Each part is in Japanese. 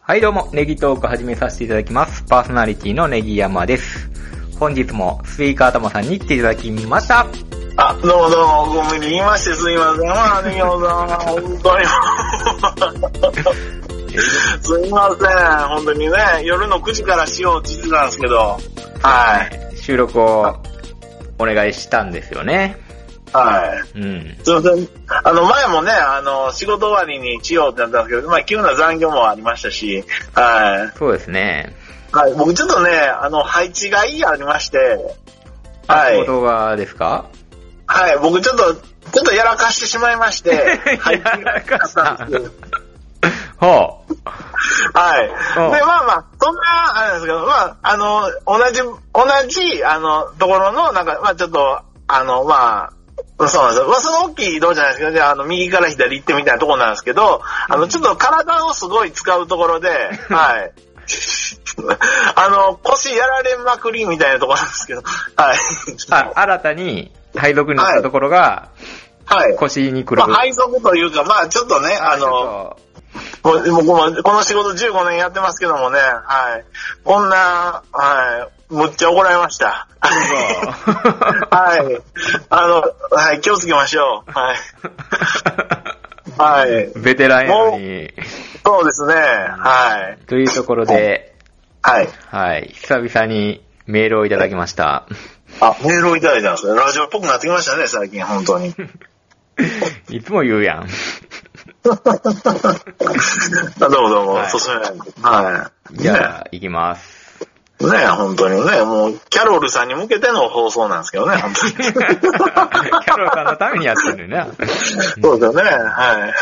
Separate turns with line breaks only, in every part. はいどうも、ネギトーク始めさせていただきます。パーソナリティのネギ山です。本日もスピーカー頭さんに来ていただきました。
あ、どうもどうも、ごめんに言いましてすいません。まあ、ねぎょうさん、本当に。すいません、本当にね、夜の9時からしようって言ってたんですけど。はい。
い。収録をお願いしたんですよね。
は
うん。
い。すいません。あの、前もね、あの、仕事終わりにしようってなったんですけど、まあ、急な残業もありましたし、はい。
そうですね。
はい、僕ちょっとね、あの、配置がいいありまして、はい
仕事がですか
はい、僕ちょっと、ちょっとやらかしてしまいまして、配置が悪かったんですけど。
ほう。
はい。で、
うん
まあまあ、そんな、あれなんですけど、まあ、あの、同じ、同じ、あの、ところの、なんか、まあちょっと、あの、まあ、そうなんですよ。まあ、その大きい道じゃないですけど、じゃあ、あの、右から左行ってみたいなところなんですけど、あの、ちょっと体をすごい使うと ころで、はい。 あの、腰やられまくりみたいなところなんですけど、はい。
あ、新たに配属になったところが
はい。
腰に来る。
まあ、配属というか、まあ、ちょっとね、あの、もう、僕も、この仕事15年やってますけどもね、はい。こんな、はい、むっちゃ怒られました。はい。あの、はい、気をつけましょう。はい。はい。
ベテランやのに。
そうですね、はい。
というところで、
はい。
はい。久々にメールをいただきま した。
あ、メールをいただいたんですね。ラジオっぽくなってきましたね、最近、本 当に。
いつも言うやん。
あどうもどうも、
はい
進めないで。はい。
じゃあ、行きます。
ねね本当にね、もう、キャロルさんに向けての放送なんですけどね、本当に。
キ ャロルさんのためにやってるな。
そうですよね、はい。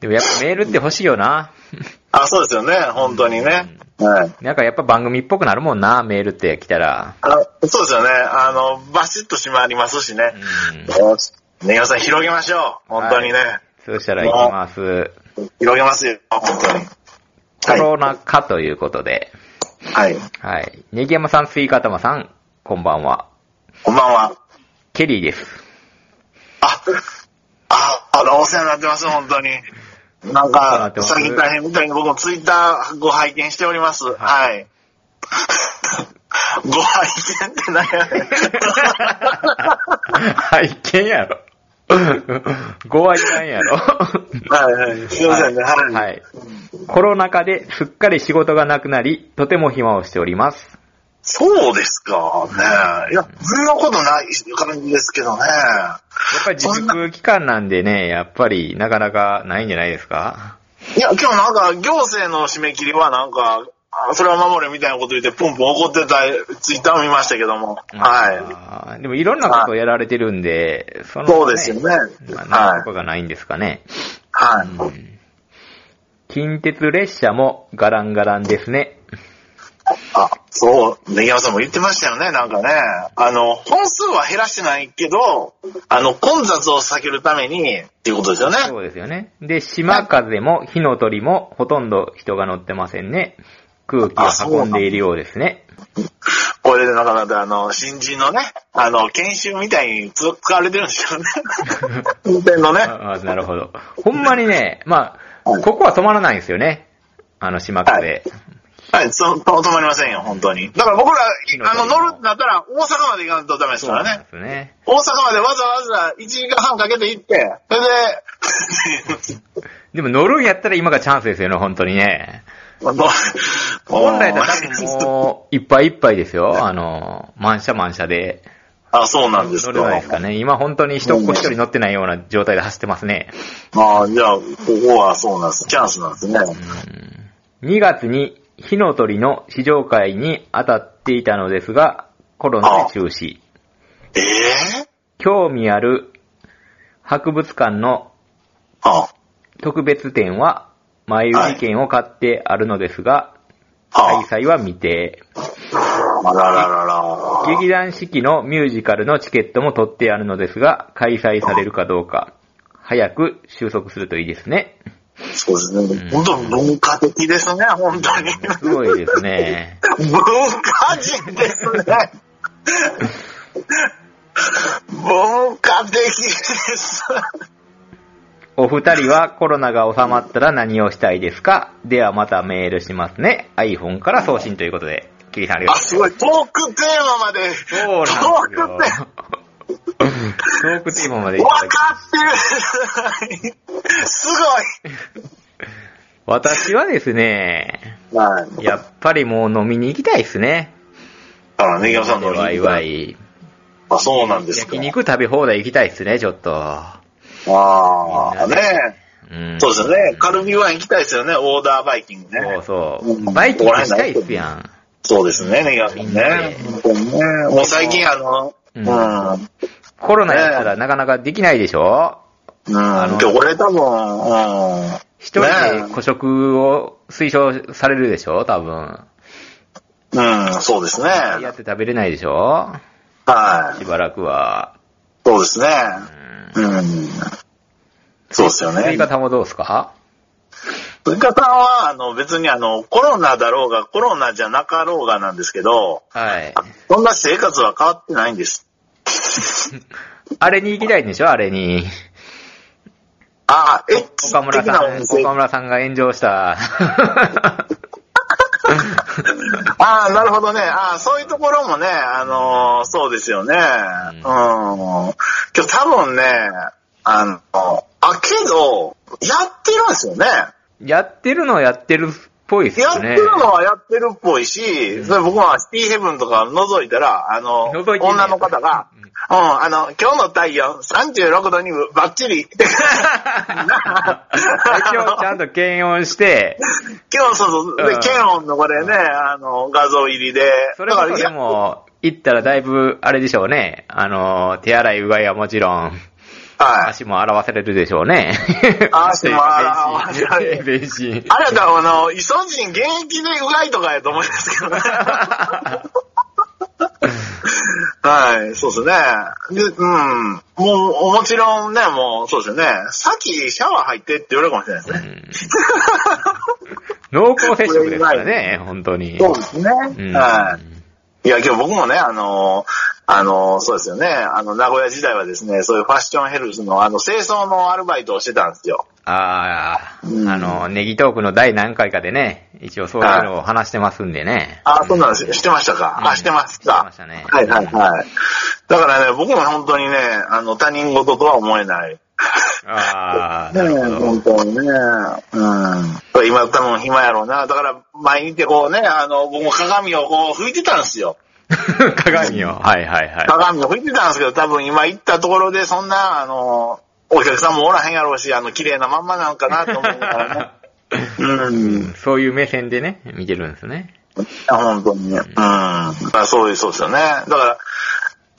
でもやっぱメールって欲しいよな。
あ、そうですよね、本当にね。はい。
なんかやっぱ番組っぽくなるもんな、メールって来たら。
あそうですよね。あの、バシッと締まりますしね。
うん。
よしね、皆さん広げましょう。本当にね。
そうしたら行きます。
広げますよ。本当に。
コ
は
ロナ禍ということで。
い。はい。
はい。ネギヤマさん、スイカタマさん、こんばんは。
こんばんは。
ケリー です。
あ、あ、あの、お世話になってます、本当に。なん
お世話になっ
か
て、ます
最近大変みたいに僕もツイッターご拝見しております。はい。 ご拝見って何 やねん。
拝見やろ。 ご愛覧やろ。
はいはい。すいませんね。はい。
は
はい。
い。コロナ禍ですっかり仕事がなくなり、とても暇をしております。
そうですかね。いや、そんなことない感じですけどね。
やっぱり自粛期間なんでね、やっぱりなかなかないんじゃないですか
いや、今日なんか、行政の締め切りはなんか、あそれは守れみたいなこと言って、ポンポン怒ってたツイッターを見ましたけども。は
はい。でもいろんなことをやられてるんで、そ
い。
の、
そうですよね。。
まあ、なん
は
と
い。
かがないんですかね。う
はい。
ん近鉄列車もガランガランですね。
あ、そう、ネギさんも言ってましたよね、なんかね。あの、本数は減らしてないけど、あの、混雑を避けるために、っていうことですよね。
そうですよね。で、島風も火の鳥もほとんど人が乗ってませんね。空気を運んでいるようですね。
これでなかなかあの、新人のね、あの、研修みたいにつ使われてるんですよね。運転のね。
ああなるほど。ほんまにね、まあ、ここは止まらないんですよね。あの島風。
はい、そ、と止まりませんよ、本当に。だから僕ら、あの、乗るってなったら、大阪まで行かないとダメで
そ
す
う
から
なん
ね
で。すね。
大阪までわざわざ1時間半かけて行って、 それで、
でも乗るんやったら今がチャンスですよね、本当にね。
もう
本来だったら多分もう、いっぱいいっぱいですよ。あの、満車満車で
あ、そうなんです
乗れないですかね。今本当に人っ子一人乗ってないような状態で走ってますね。
あじゃあ、ここはそうなんです。チャンスなんですね。
2月に火の鳥の試乗会に当たっていたのですが、コロナで中止。
ええ
興味ある博物館の
あ、
特別展は前売り券を買ってあるのですが、
あ、
開催は未定。
あらららら。
劇団四季のミュージカルのチケットも取ってあるのですが、開催されるかどうか、早く収束するといいですね。
そうです
うん
ね。本当文化的ですね、本当に。
すごいですね。
文化人ですね。文化的です。
お二人はコロナが収まったら何をしたいですかではまたメールしますね。iPhone から送信ということで、キリさんありが
あ、
とう
すごい。トークテーマまで。
そうなんですよ
トークテーマ。
トークテーマまでいただ
わ
き
かってるす
私はですね、
ごいは い。
やっぱりもう飲みに行きたいですね。
あ、ネギワさんの
ワイワ。イ。
あ、そうなんですか。
焼肉食べ放題行きたいですね、ちょっと。
ああ、ね
うん。
そうですよね。カルビワイン行きたいですよね。オーダーバイキング
そ
ね
う。そう
うん
バイキングしたいっすやん。
そうですね、ネギワさんね。本当にねもう最近あの、
う
うんん。うん。
コロナやったらなかなかできないでしょあの
で俺多分、うん。
一人で
ね
孤食を推奨されるでしょ多分。
うん、そうですね。
やって食べれないでしょ
は
し。
い
ばらくは。
そうですね。
うん
うん。そうですよね。
スイカ玉どうすか
鈴鹿さんは、あの、別にあの、コロナだろうが、コロナじゃなかろうがなんですけど、
はい。
そんな生活は変わってないんです。
あれに行きたいんでしょあれに。
ああ、エッチ
岡村
的
さ、
なん音声。
岡村さんが炎上した。
ああ、なるほどね。ああ、そういうところもね、あのーそうですよね。うん。今日多分ね、あの、あ、けど、やってるんですよね。
やってるのはやってるっぽいっす
や
よ
って
ね。
るのはやってるっぽいし、それ僕はシティヘブンとか覗いたら、あの、
覗いてんね
女の方が、
う
うんん、あの、今日の太陽36度にバッチリ。
一応ちゃんと検温して、
今日そうそう、
う
で
ん、
ケンオンのこれね、あの、画像入りで。
それこそ
い
で
や
も、行ったらだいぶ、あれでしょうね。あの、手洗い、うがいはもちろん、
はい。
足も洗わされるでしょうね。
足も洗わされる
全身。全身
あれだ、あの、イソジン現役でうがいとかやと思いますけ どね。はい、そうですね。で、うん。もう、もちろんね、もう、そうですよね。さっきシャワー入ってって言われるかもしれないですね。
濃厚接触ですからね、本当に。
そうですね。
うん
はい。いや、今日僕もね、あのー、あのー、そうですよね。あの、名古屋時代はですね、そういうファッションヘルスの、あの、清掃のアルバイトをしてたんですよ。
ああ、
うん
あの、ネギトークの第何回かでね、一応そういうのを話してますんでね。
あ、そうなんですよ。してましたか。
うん
あ、してまし
して
た。
ましたね
はいはいはい。だからね、僕も本当にね、あの、他人事とは思えない。
ああ、
ね
な
え、
るほど。
本当にね。うん。今多分暇やろうな。だから、毎日こうね、あの、僕も鏡をこう拭いてたんですよ。
鏡を。はいはいはい。
鏡を拭いてたんですけど、多分今行ったところで、そんな、あの、お客さんもおらへんやろうし、あの、綺麗なまんまなんかなと思うから ね。うん。
そういう目線でね、見てるんですね。
本当にね。うん。まあ、そういう、そうですよね。だから、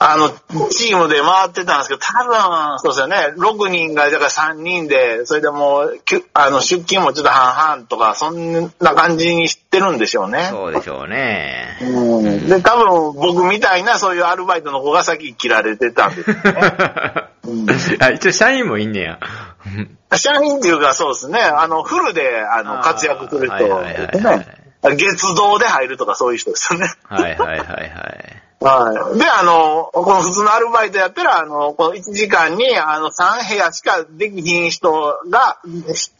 あの、チームで回ってたんですけど、多分、そうですよね。6人が、だから3人で、それでもう、きゅあの、出勤もちょっと半々とか、そんな感じにしてるんでしょうね。
そうでしょう ね。
うん。で、多分、僕みたいな、そういうアルバイトの子が先切られてたんです。ん
あ、一応社員もいんねや。
社員っていうか、そうですね。あの、フルで、あの、活躍する
はい
人
はいはい
です
はい
ね。月堂で入るとか、そういう人ですよね。
はいはいはいはい。
はい。で、あの、この普通のアルバイトやったら、あの、この1時間に、あの、3部屋しかできひん人が、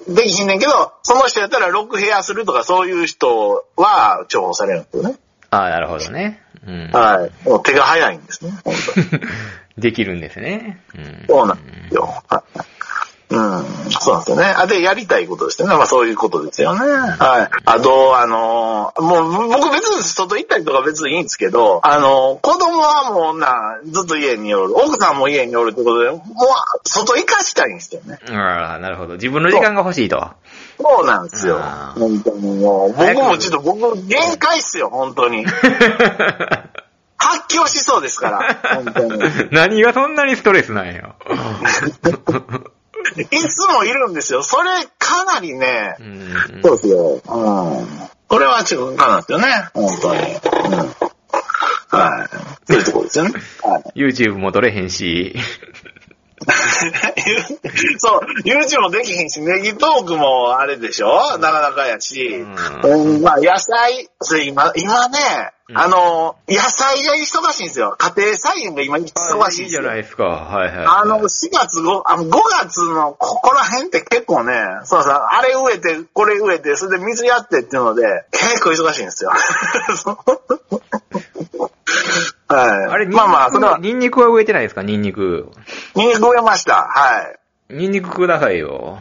できひんねんけど、その人やったら6部屋するとか、そういう人は重宝されるんですよね。
ああ、なるほどね。うん。
はい。もう手が早いんですね。本当に
できるんですね。うん。
そうなんですよ。はいうん、そうなんですよね。あ、で、やりたいことですよね。まあそういうことですよね。はい。あと、あのーもう僕別に外行ったりとか別にいいんですけど、あのー子供はもうな、ずっと家におる。奥さんも家におるってことで、もう外行かしたいんですよね。
ああ、なるほど。自分の時間が欲しいと。
そうなんですよ。
あー
本当にもう、僕もちょっと僕限界っすよ、本当に。発狂しそうですから、本当に。
何がそんなにストレスなん よ。
いつもいるんですよ。それかなりね、
うん
そうですよ。うん。これは違うかなんですよね。本当に。うん。はい。そういうところですよね。はい。
YouTube も撮れへんし。
そう、YouTube もできへんし、ネギトークもあれでしょなかなかやし。うん、まあ、野菜、それ今、今ね、
うん
あの、野菜が忙しいんですよ。家庭菜園が今忙しい
い
ん
い
です
じ
よ
ゃ。ないですか。はいはいはい。
あの、4月5、あの5月のここら辺って結構ね、そうそう、あれ植えて、これ植えて、それで水やってっていうので、結構忙しいんですよ。 はい。
あれ、
まあまあ、それは、
ニンニクは植えてないですかニンニク。
ニンニク植えました。はい。
ニンニクください よ。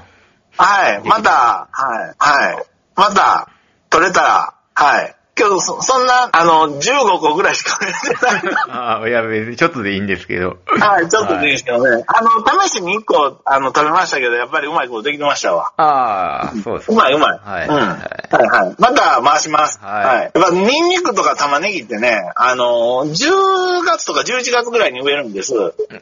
はい。また、はい。はい。また、取れたら、はい。けど、そ、そんな、あの、15個ぐらいしか植え てない。
ああ、いや別にちょっとでいいんですけど。
はい、ちょっとでいいですけどね。あの、試しに1個、あの、食べましたけど、やっぱりうまいことできてましたわ。
ああ、そうです
う
か。
まいうまい。
はい
うん。はいはい。また回します。
はい
はい。やっぱニンニクとか玉ねぎってね、あのー、10月とか11月ぐらいに植えるんです。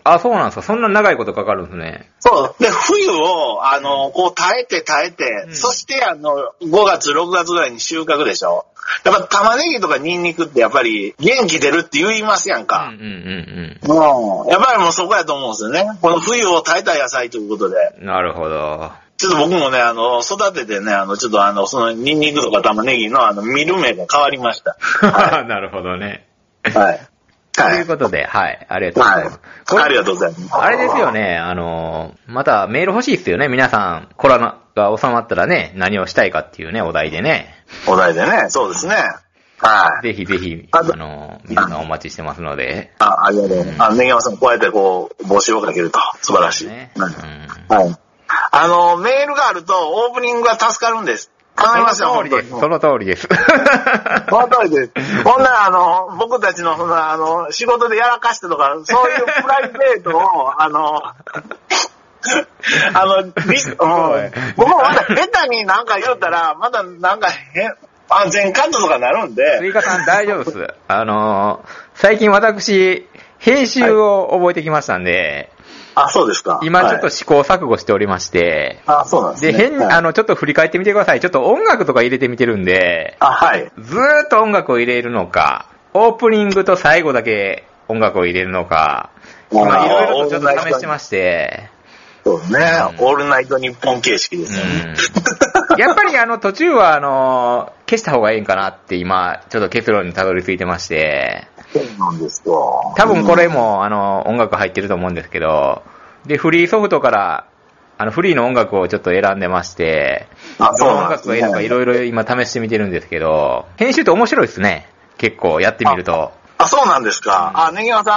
あ、そうなんですか。そんな長いことかかるんですね。
そう。で、冬を、あのー、こう耐えて耐えて、
うん
そしてあの、5月、6月ぐらいに収穫でしょ。やっぱ玉ねぎとかニンニクってやっぱり元気出るって言いますや
う
ん
んうん
か。
うん
もうん、やっぱりもうそこやと思うんですよね。この冬を耐えた野菜ということで。
うん。なるほど。
ちょっと僕もね、あの、育ててね、あの、ちょっとあの、その、ニンニクとか玉ねぎの、あの、見る目が変わりました。
なるほどね。
はい。
と
は
いう
い。
ことで、はい。ありがとうございます。これ
はい。ありがとうございます。
あれですよ。ね、あの、またメール欲しいですよね。皆さん、コロナが収まったらね、何をしたいかっていうね、お題でね。
お題でね、そうですね。はい。
ぜひぜひ、
あ
あ
と
の、皆さんお待ちしてますので。
あ、ありがとうございます。あ、ネギマさん、こうやってこう、帽子をかけると、素晴らしい。
ね。
うん
うん。
はい。あの、メールがあると、オープニングが助かるんです。頼みますよ、
その通りです。その通り です。
その通りです。こんな、あの、僕たちの、そんな、あの、仕事でやらかしてとか、そういうプライベートを、あの、あの、リス、うん、僕もまだベタになんか言うたら、まだなんか変、安全カットとかなるん
ス
で、
イカさん大丈夫です。あの、最近私、編集を覚えてきましたんで、
あ、そうですか。
今ちょっ
は
と
い
試行錯誤しておりまして、
あ、そうなんですね。
で、変に、
はい
あの、ちょっと振り返ってみてください。ちょっと音楽とか入れてみてるんで、
あ、はい。
ずーっと音楽を入れるのか、オープニングと最後だけ音楽を入れるのか、今
あー
いろいろとちょっと試して
オールナイト
まして、
そうですね、
うん
オールナイト日本形式で
う
すよね。
ん。やっぱりあの途中はあの、消した方がいいんかなって今、ちょっと結論にたどり着いてまして、
そうなんですか。
多分こ
う
れ
ん、
も、あの、音楽入ってると思うんですけど、で、フリーソフトから、あの、フリーの音楽をちょっと選んでまして、
あ
ど
そう
の
な
音
んです
楽
ね
がいいのかいろいろ今試してみてるんですけど、編集って面白いですね。結構やってみると。
あ、そうなんですか。
うん
あ、ネギマさん、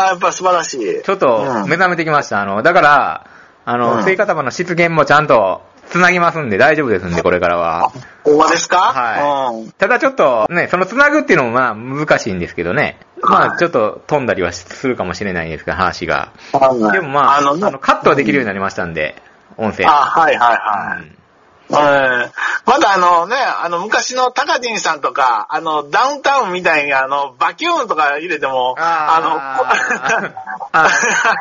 あやっぱ素晴らしい。
ちょっと
うん
目覚めてきました。あの、だから、あ
うん
の、吸い方の出現もちゃんと繋ぎますんで大丈夫ですんで、これからは。
ほんまですか
はい
うん。
ただちょっとね、その繋ぐっていうのもまあ難しいんですけどね。ま
はい
あちょっと飛んだりはするかもしれないんですが、話が。
で
でもまあ、あの、
あの
カットはできるようになりましたんで、音声。
あ、はいはいは
う
い。
ん
うんまだあのね、あの昔のタカジンさんとか、あのダウンタウンみたいにあのバキューンとか入れても、 あの、
あーあ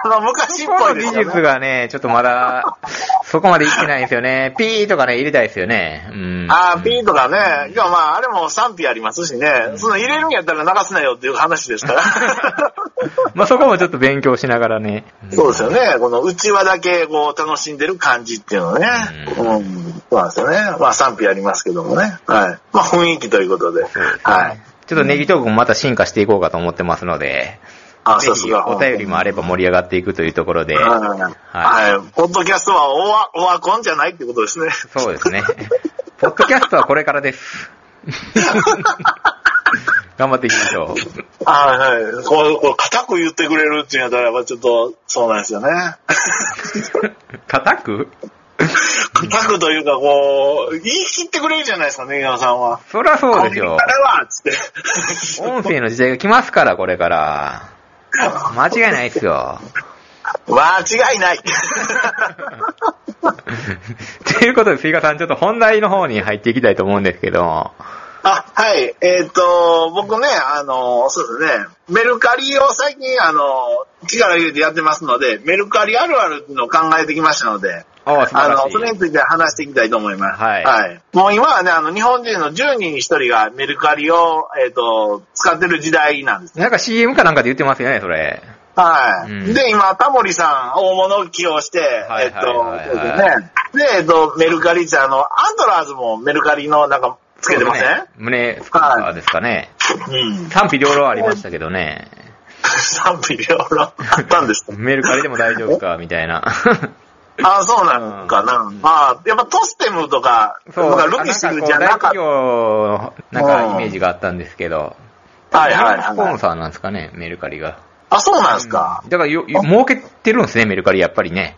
あの昔っ
こ
ぽ
こ
い
の
です
技
よ
術
ね。
がね、ちょっとま だ、そこまでいってないんですよね。ピーとかね、入れたいですよね。うん。
あーピーとかね。いやまあ、あれも賛否ありますしね。その入れるんやったら流すなよっていう話ですから。
まあそこもちょっと勉強しながらね。
そうですよ
ね。
ね。この内輪だけこう楽しんでる感じっていうのね。うん。そうなんですよね。まあ賛否ありますけどもね。はい。まあ雰囲気ということで。はい。
ちょっとネギトークもまた進化していこうかと思ってますので、
あ、
ぜ
さす
ひ
が。
お便りもあれば盛り上がっていくというところで、
はい。はい。ポッドキャストはオワ、オワコンじゃないってことですね。
そうですね。 ポッドキャストはこれから です。頑張っていきましょう。
はいはい。これ、これ、固く言ってくれるっていうんだったら、やっぱちょっと、そうなんですよね。
叩く
固くというか、こう、言い切ってくれるじゃないですか、ね、山さんは。
そりゃそうですよ
あ。れは つって。
音声の時代が来ますから、これから。間違いないですよ。
間違いない。
ということで、スイカさん、ちょっと本題の方に入っていきたいと思うんですけど、
あ、はい。えっ、と、僕ね、あの、そうですね、メルカリを最近、あの、力入れてやってますので、メルカリあるあるっていうのを考えてきましたので、
ああ、素
あ
晴ら
の、
し
それ
い。
について話していきたいと思います。
はい
もう今はね、あの、日本人の10人に1人がメルカリを、えっ、と、使ってる時代なんです。
なんか CM かなんかで言ってますよね、それ。
はい。
うん
で、今、タモリさん、大物起用して、
はいはいはいはい
えっと、ね。で、えっと、メルカリって、あの、アントラーズもメルカリの、なんか、つけてません
ね胸スカーフですかね。
うん。
賛否両論ありましたけどね。
賛否両論あった んですか
メルカリでも大丈夫か、みたいな。
あそうなのかな。あやっぱトステムとか、なんかルキシルじゃな
な
かっ
んかこう大企業の、なんかイメージがあったんですけど。
た。はいはい
スポ
は
ン
い。
サーなんですかね、メルカリが。
あ、そうなんですか。
だからよ、よ儲けてるんですね、メルカリ、やっぱりね。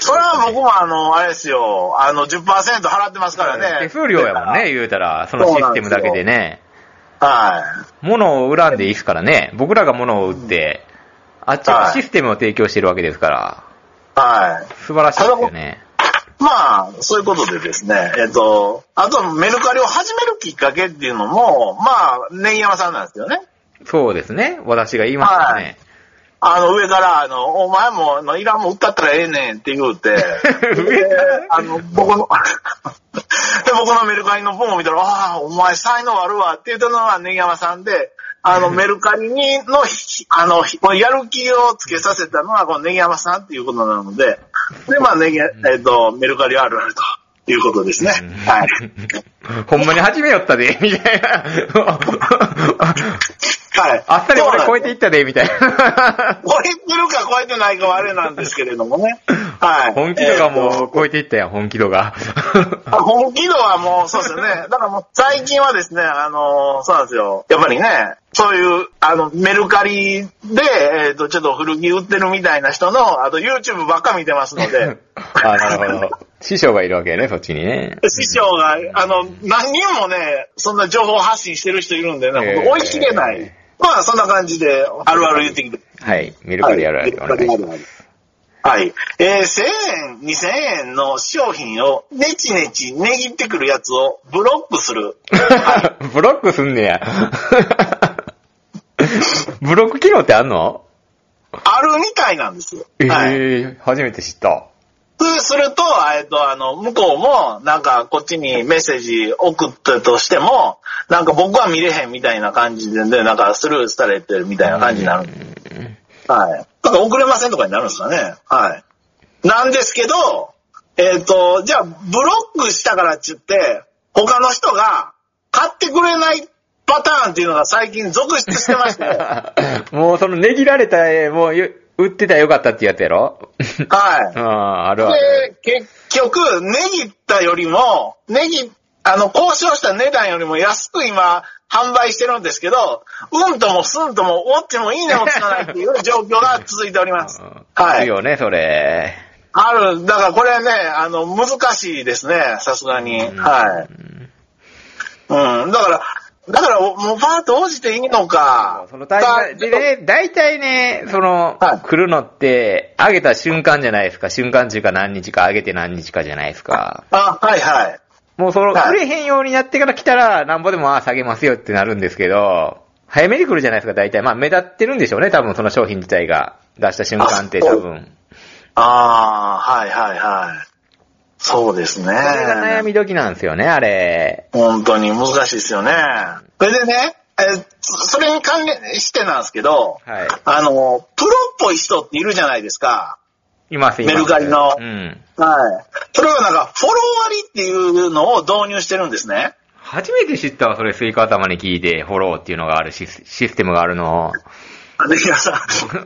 それは僕もあの、あれですよ、あの、10%払ってますから
手
ね。
数料やもんね、言うたら、そのシステムだけでね。
は
物を恨んでいいですからね。僕らが物を売って、あっちがシステムを提供してるわけですから、
い。はい。
素晴らしいですよね。
まあ、そういうことでですね、えっと、あとメルカリを始めるきっかけっていうのも、まあ、ネギ山さんなんですよね。
そうですね。私が言いましたね。
あの、上から、あの、お前も、あのいらんもん売ったったらええねんって言うて、
上から
であの、僕の、 で、僕のメルカリの本を見たら、ああ、お前才能あるわって言ったのはネギ山さんで、あの、メルカリにの、ひあの、ひやる気をつけさせたのは、このネギ山さんっていうことなので、で、まあ、ネギ、えっと、メルカリはあるあると。いうことですね。
うん
はい。
ほんまに始めよったで、みたい な。
はい。
あっさり俺超えてい
い
ったで、みたいな。
超えてるか超えてないかはあれなんですけれ どもね。はい。
本気度が
えー
も
と
う超えていったよ、本気度が。、
あ本気度はもう、そう ですよね。だからもう、最近はですね、あのーそうなんですよ。やっぱりね、そういう、あの、メルカリで、えっ、と、ちょっと古着売ってるみたいな人の、あと YouTube ばっか見てますの で
あ、なるほど。師匠がいるわけよね、そっちにね。
師匠が、あの、何人もね、そんな情報発信してる人いるんでね、
えー
ほんと追い切れない。まあ、そんな感じで、あるある言ってきて。
はい。メルカリあるある。お願いします。
はい。えー、1000円、2000円の商品をネチネチ値切ってくるやつをブロックする。
ブロックすんねや。ブロック機能ってあんの
あるみたいなんですよ。
ええ
はい。
初めて知った。
そうすると、えっと、あの、向こうも、なんか、こっちにメッセージ送ったとしても、なんか僕は見れへんみたいな感じで、でなんかスルーされてるみたいな感じになる。はい。とか、送れませんとかになるんですかね。はい。なんですけど、えっと、じゃあ、ブロックしたからって言って、他の人が買ってくれないパターンっていうのが最近続出してまして、は
もうその値切られた絵、もうよ売ってたらよかったってやつやろ
い
あ。あ、あるある。。
で、結局、ネギったよりも、ネギ、あの、交渉した値段よりも安く今、販売してるんですけど、うんともすんとも、おってもいいねもつかないっていう状況が続いております
あ
は
る
い。
よね、それ。
ある、だからこれね、あの、難しいですね、さすがに。はい。
うん
うん、だから、だから、もうパーッと応じていいのか。
その大
だ
でね、大体ね、その、
はい
来るのって、あげた瞬間じゃないですか。瞬間中か何日か、あげて何日かじゃないですか。
あ、はいはい。
もうその、
はい
売れへんようになってから来たら、なんぼでも、ああ、下げますよってなるんですけど、早めに来るじゃないですか、大体。まあ、目立ってるんでしょうね、多分その商品自体が。出した瞬間って
あそ
多
う
分。
ああ、はいはいはい。そうですね。
それが悩み時なんですよね、あれ。
本当に難しいですよね。それでね、えーそそれに関連してなんですけど、
はい。
あの、プロっぽい人っているじゃないですか。
います、います。
メルカリの
うん。
はい。それはなんか、フォロワリっていうのを導入してるんですね。
初めて知ったわ、それ、スイカ頭に聞いて、フォローっていうのがあるシスシステムがあるの。
で、皆さん。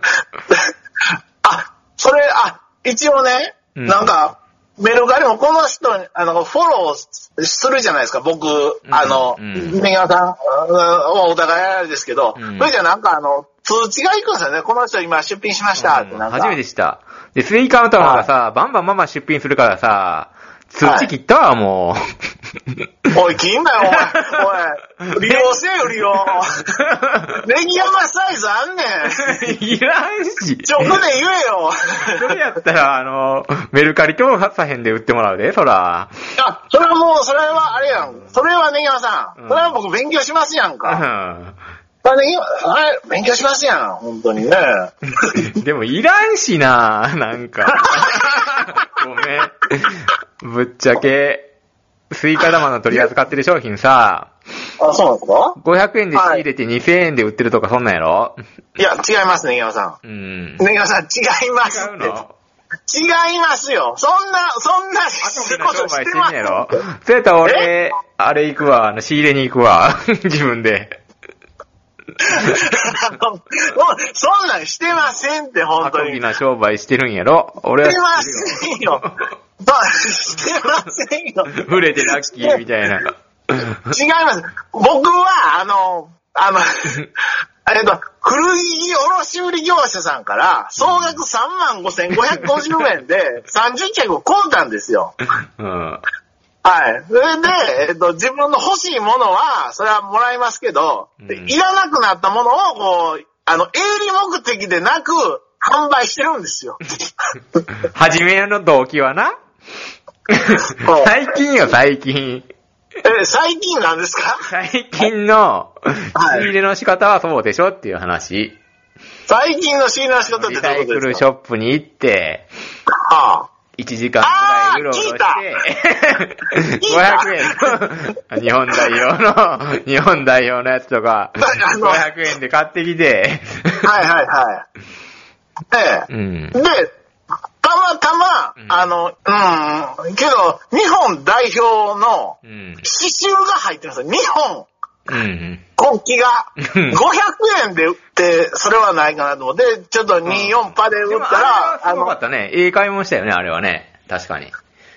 あ、それ、あ、一応ね、
うん
なんか、メルカリもこの人に、あの、フォローするじゃないですか、僕、あの、
うん
メガさん、うんお互いあれですけど、
うん
それじゃなんかあの、通知が行くんですよね、この人今出品しましたって
うん
なんか。
初めて知った。で、スイカ頭がさ、バンバンママ出品するからさ、通知切ったわ、もう。
おい、切んなよ、 お前。おい、利用せよ、利用。ネギ山サイズあんね ん。
いらんし。
直で言え よ。
それやったら、あの、メルカリともさへんで売ってもらうで、そら。
あ、それはもう、それはあれやん。それはね、山さ
うん
ん。それは僕勉強しますやん
う
か。
ん。
あれ、あれ勉強しますやん。本当に ね。
でも、いらんしな、なんか。ごめん。ぶっちゃけ、スイカ玉の取り扱ってる商品さ、
あ、そうなんですか
?500 円で仕入れて2000円で売ってるとかそんなんやろ
いや、違いますね、ネギマさ
うん。
ん。ネギマさん、違います
違う
って。
の
違いますよ。そんな、そんな、
赤
そ
星
ういう
の
こと
商
し
売しててんね
ます
やろそうやったら俺、あれ行くわ、あの、仕入れに行くわ。 自分で。
あ のもうそんなんしてませんって、本
ア
当
コ
に
ギ。な商売してるんやろ俺
し
は
てませんよ。そうしてま せんよ。
触れてラッキーみたいな。
違います。僕は、あの、あの、 えっと、古着卸売業者さんから、総額35,550円で30着を買うたんですよ。
うん。
はい。それで、えっと、自分の欲しいものは、それはもらいますけど、で
うん
いらなくなったものを、こう、あの、営利目的でなく、販売してるんですよ。
初めの動機はな
お
最近よ、最近。
え、最近なんですか
最近の
は
仕
い
入れの仕方はそうでしょっていう話。
最近の仕入れの仕方って
リ
どう
サ
いう
イ
こ
ク
とで
ル
す
シ
か
ョップに行って、
はあ
1時間ぐらいうろうろし
あ聞
て、
い
500円の、
た
日本代表の、日本代表のやつとか、
あの
500円で買ってき て、
はいはいはい。
う
ええ。
ん。
で、たまたま、
うん
あの、うん、けど、日本代表の
うん。
刺繍が入ってるんですよ。日本
うん。
国旗が。
うん
500円で売って、それはないかなと思って、ちょっと24パで
で
売っ
も
た
あ
ら、
れは
あ
すご
の、う
か
ん、
ったね。ええ買い物したよね、あれはね。確かに。仕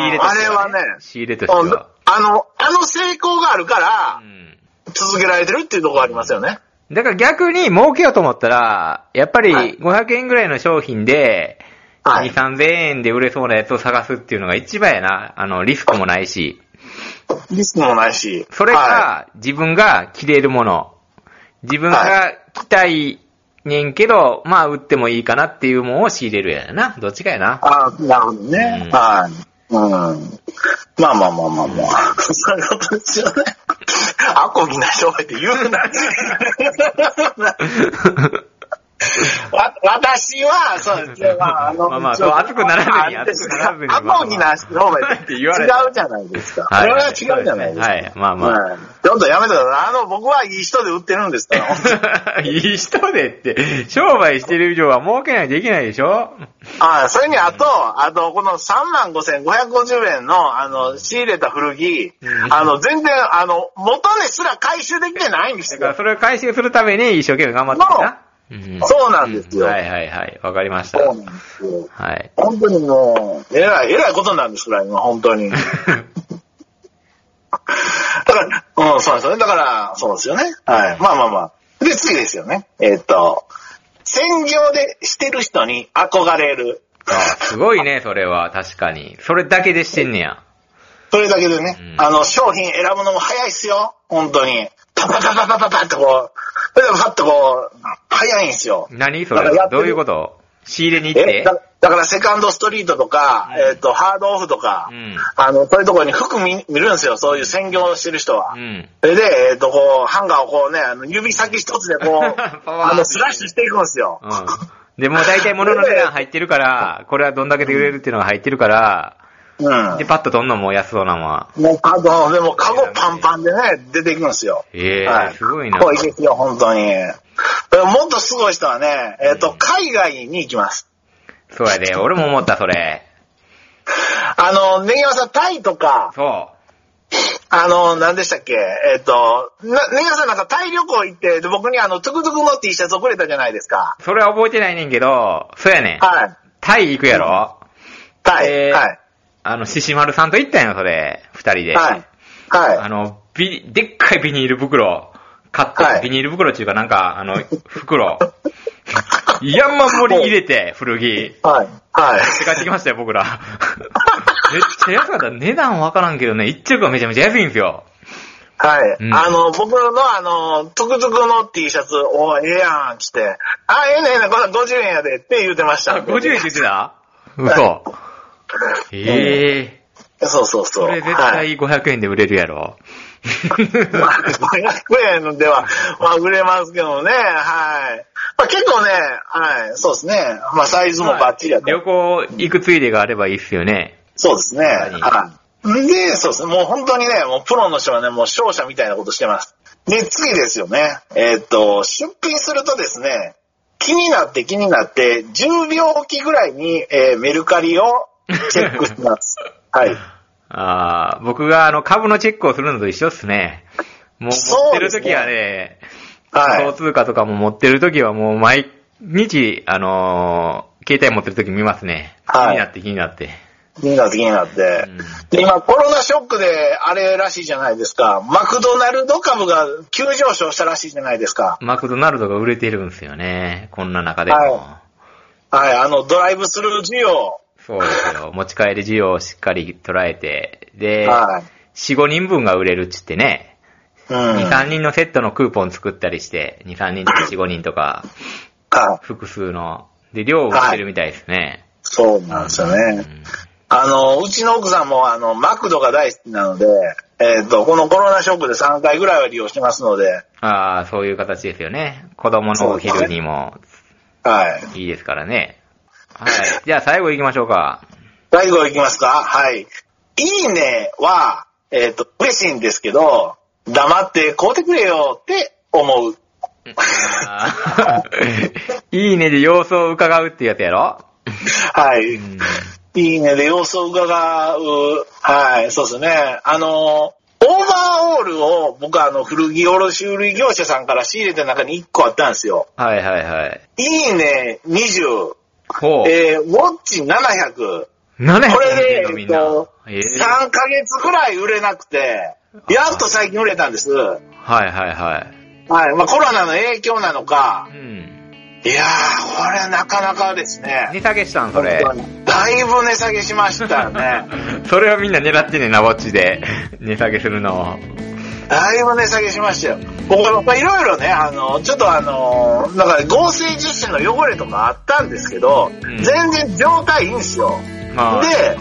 入れと
あ
して
れはね、
仕入れと
う
し
ん
ては。
あの、あの成功があるか
う
ら、
ん。
続けられてるっていうところありますよね。
だから逆に儲けようと思ったら、やっぱり
はい
500円ぐらいの商品で、
はい
2、3000円で売れそうなやつを探すっていうのが一番やな。あの、リスクもないし。
リスクもないし。
それ
は
か、自分が着れるもの。自分が着たいねんけど、まあ売ってもいいかなっていうもんを仕入れるやな。どっちかや な。
ああ、なるほどね。
うん
はい。うん。まあまあまあまあまあ。そういうことですよね。アコギな商売って言うな。わ 私は、そうですね。まあ、あの、
まあまあ
ちょっと
そう熱くならずに
まああれですが
熱くならずに
アコギな商売って違うじゃないですか。
はい
それは違うじゃないですか。
はいまあまあ
はいちょっとやめてください。あの、僕はいい人で売ってるんです か ら。
いい人でって、商売してる以上は儲けないといけないでしょ
ああ、それにあと、あと、この35,550円の、あの、仕入れた古着、
うん
あの、全然、あの、元値すら回収できてないんです
だから
よ。
それを回収するために一生懸命頑張ってるな。
そうなんですよ
うはいはいはい。わかりました。
そうなんですよ。
はい。
本当にもう、えらい、えらいことなんですから、今、本当に。だから、うん、そうですよね。だから、そうですよね。はい。まあまあまあ。で、次ですよね。えっ、と、専業でしてる人に憧れる。
あすごいね、それは。確かに。それだけでしてんねや。
それだけでね、
うん
あの、商品選ぶのも早いっすよ。本当に。パパパパパパパってこう、それでパッとこう、早いんですよ。
何そ
だ
れ
からやっ。て
ど
る
ういうこと仕入れに行っ
え
て
だだからセカンドストリートとか、
うん
えっ、と、ハードオフとか、
うん
あの、そういうところに服見見るんですよ。そういう専業してる人は。
うん。
それで、えっ、と、こう、ハンガーをこうね、あの指先一つでこう、
パワー
あの、スラッシュしていくんですよ。
うん。で、もう大体物 の値段入ってるから、これはどんだけで売れるっていうのが入ってるから、
うん。
で、パッとどんどんもう安そうなもんは。
もう、カゴ、でも、カゴパンパンでね、出ていくんですよ。
ええ
はい
すごいな。
こういですよ、本当に。えもっとすごい人はね、えっ、と、海外に行きます。
そうやで、俺も思った、それ。
あの、ネギワさん、タイとか、
そ
あの、何でしたっけ、えっ、と、なネギワさんなんかタイ旅行行って、で僕にあの、トゥクトゥクの T シャツをくれたじゃないですか。
う。それは覚えてないねんけど、そうやねん。
はい。
タイ行くやろ
タイ。
えー
はい。
あの、獅子丸さんと行ったんよ、それ。二人で。
はい。はい。
あの、ビ、でっかいビニール袋、買って、
はい
ビニール袋っていうかなんか、あの、袋。山盛り入れて、古着。
はい。はい。
って帰ってきましたよ、僕ら。めっちゃ安かった。値段わからんけどね、一着はめちゃめちゃ安いんですよ。
はい。
うん
あの、僕のあの、トゥクトゥクの T シャツ、おええやん、つって、あ、ええねんええねん、これ50円やで、って言ってました。
あ、50円って言ってた嘘
は。
ええ
そうそうそう。
これ絶
は
対
い
500円で売れるやろ。
まあ、500円では、まあ、売れますけどね、はい。まあ、結構ね、はい、そうですね。まあ、サイズもバッチリやと。
旅行行くついでがあればいいっすよね。
そうですね。
確かに
はで、そうですね。もう本当にね、もうプロの人はね、もう勝者みたいなことしてます。で、次ですよね。えーっと、出品するとですね、気になって気になって、10秒おきぐらいに、えーメルカリをチェックし ます。はい。
ああ、僕があの株のチェックをするのと一緒っすね。もう持ってる時はね、仮想
は
通貨とかも持ってる時はもう毎日、あのー携帯持ってる時見ますね。
は
気
い
になって気になって。
い。気になって気になって。
うん
で、今コロナショックであれらしいじゃないですか。マクドナルド株が急上昇したらしいじゃないですか。
マクドナルドが売れてるんですよね。こんな中でも。
ははい、あの、ドライブスルー需要。
そうですよ。持ち帰り需要をしっかり捉えて、で、
はい。
4、5人分が売れるっつってね、
うん。
2、3人のセットのクーポン作ったりして、2、3人とか4、5人とか、
はい
複数の。で、量を売ってるみたいですね。
そうなんですよね。
うん
あの、うちの奥さんも、あの、マクドが大好きなので、えっ、と、このコロナショックで3回ぐらいは利用してますので、
ああ、そういう形ですよね。子供のお昼にも
はい。
いいですからね。はい。じゃあ最後行きましょうか。
最後いきますかはい。いいねは、えっ、と、嬉しいんですけど、黙って買うてくれよって思う。
あ ーいいねで様子を伺うっていうやつやろ
はい。
うん
いいねで様子を伺う。はい、そうですね。あの、オーバーオールを僕はあの古着卸売業者さんから仕入れた中に1個あったんですよ。
はいはいはい。
いいね20、
ほう。
えー、ウォッチ700。
700
これで、
み
え
ん
っ
な。
と、
えー
3ヶ月ぐらい売れなくて、やっと最近売れたんです。はい。
はいはいは
まあコロナの影響なのか
い。う、ん。
いやー、これなかなかですね。
値下げしたん、それ。
本当にだいぶ値下げしましたね。
それはみんな狙ってんねんな、ぼっちで。値下げするのを。
だいぶ値下げしましたよ。僕は、まあ、いろいろね、あの、ちょっとあの、なんか合成樹脂の汚れとかあったんですけど、
ん
全然状態いいんですよ。
まあ、
で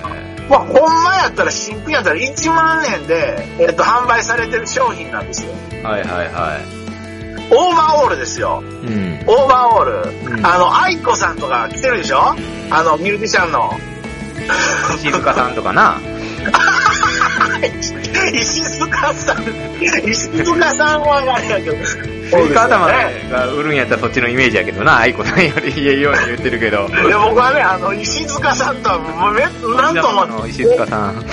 まあ、ほんまやったら新品やったら1万円で、えっと、販売されてる商品なんですよ。
はいはいはい。
オーバーオールですよ。
うん。
オーバーオール。
うん
あの、アイコさんとか来てるでしょあの、ミュージシャンの。
石塚さんとかな。
石塚さ ん。石塚さんはあれやけど。
スイカ頭
そうですよね
が売るんやったらそっちのイメージやけどな、愛子さんより言えように言ってるけど。
いや、僕はね、あの、石塚さんとは、もうめ、なんと
あ
も
の。石塚さん。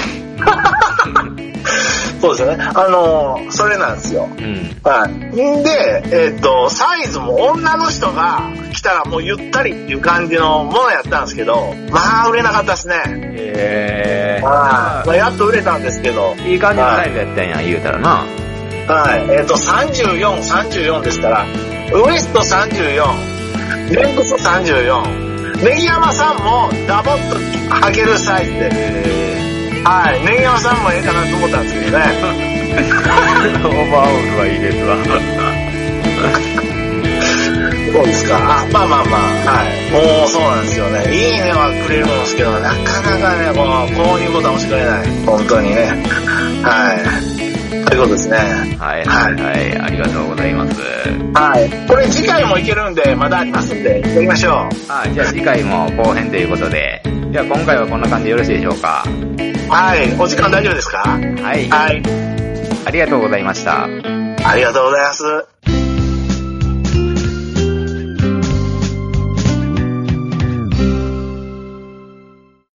そうですよね。あの、それなんですよ。
うん。
はい。んで、えっ、と、サイズも女の人が来たらもうゆったりっていう感じのものやったんですけど、まあ売れなかったですね。
え
はい。ま
ー。
あ、やっと売れたんですけど、
いい感じのサイズやったんや、言うたらな。
はい。えっ、と、34、34ですから、ウエスト34、レンクス34、ネギ山さんもダボっと履けるサイズで、
え
はい。ネギ山さんもええかなと思ったんですけどね。
ー。オーバーオールはいいですわ。
そうですか。あ、まあまあまあ。はい。もうそうなんですよね。いいねはくれるんですけど、なかなかね、この購入ボタン押してくれない。本当にね。はい。ということですね。
はいはいはい、ありがとうございます。
はい。これ次回もいけるんで、まだありますんで、行きましょう。
あ、じゃあ次回も後編ということで。じゃあ今回はこんな感じでよろしいでしょうか。
はい。お時間大丈夫ですか
はい。
はい。
ありがとうございました。
ありがとうございます。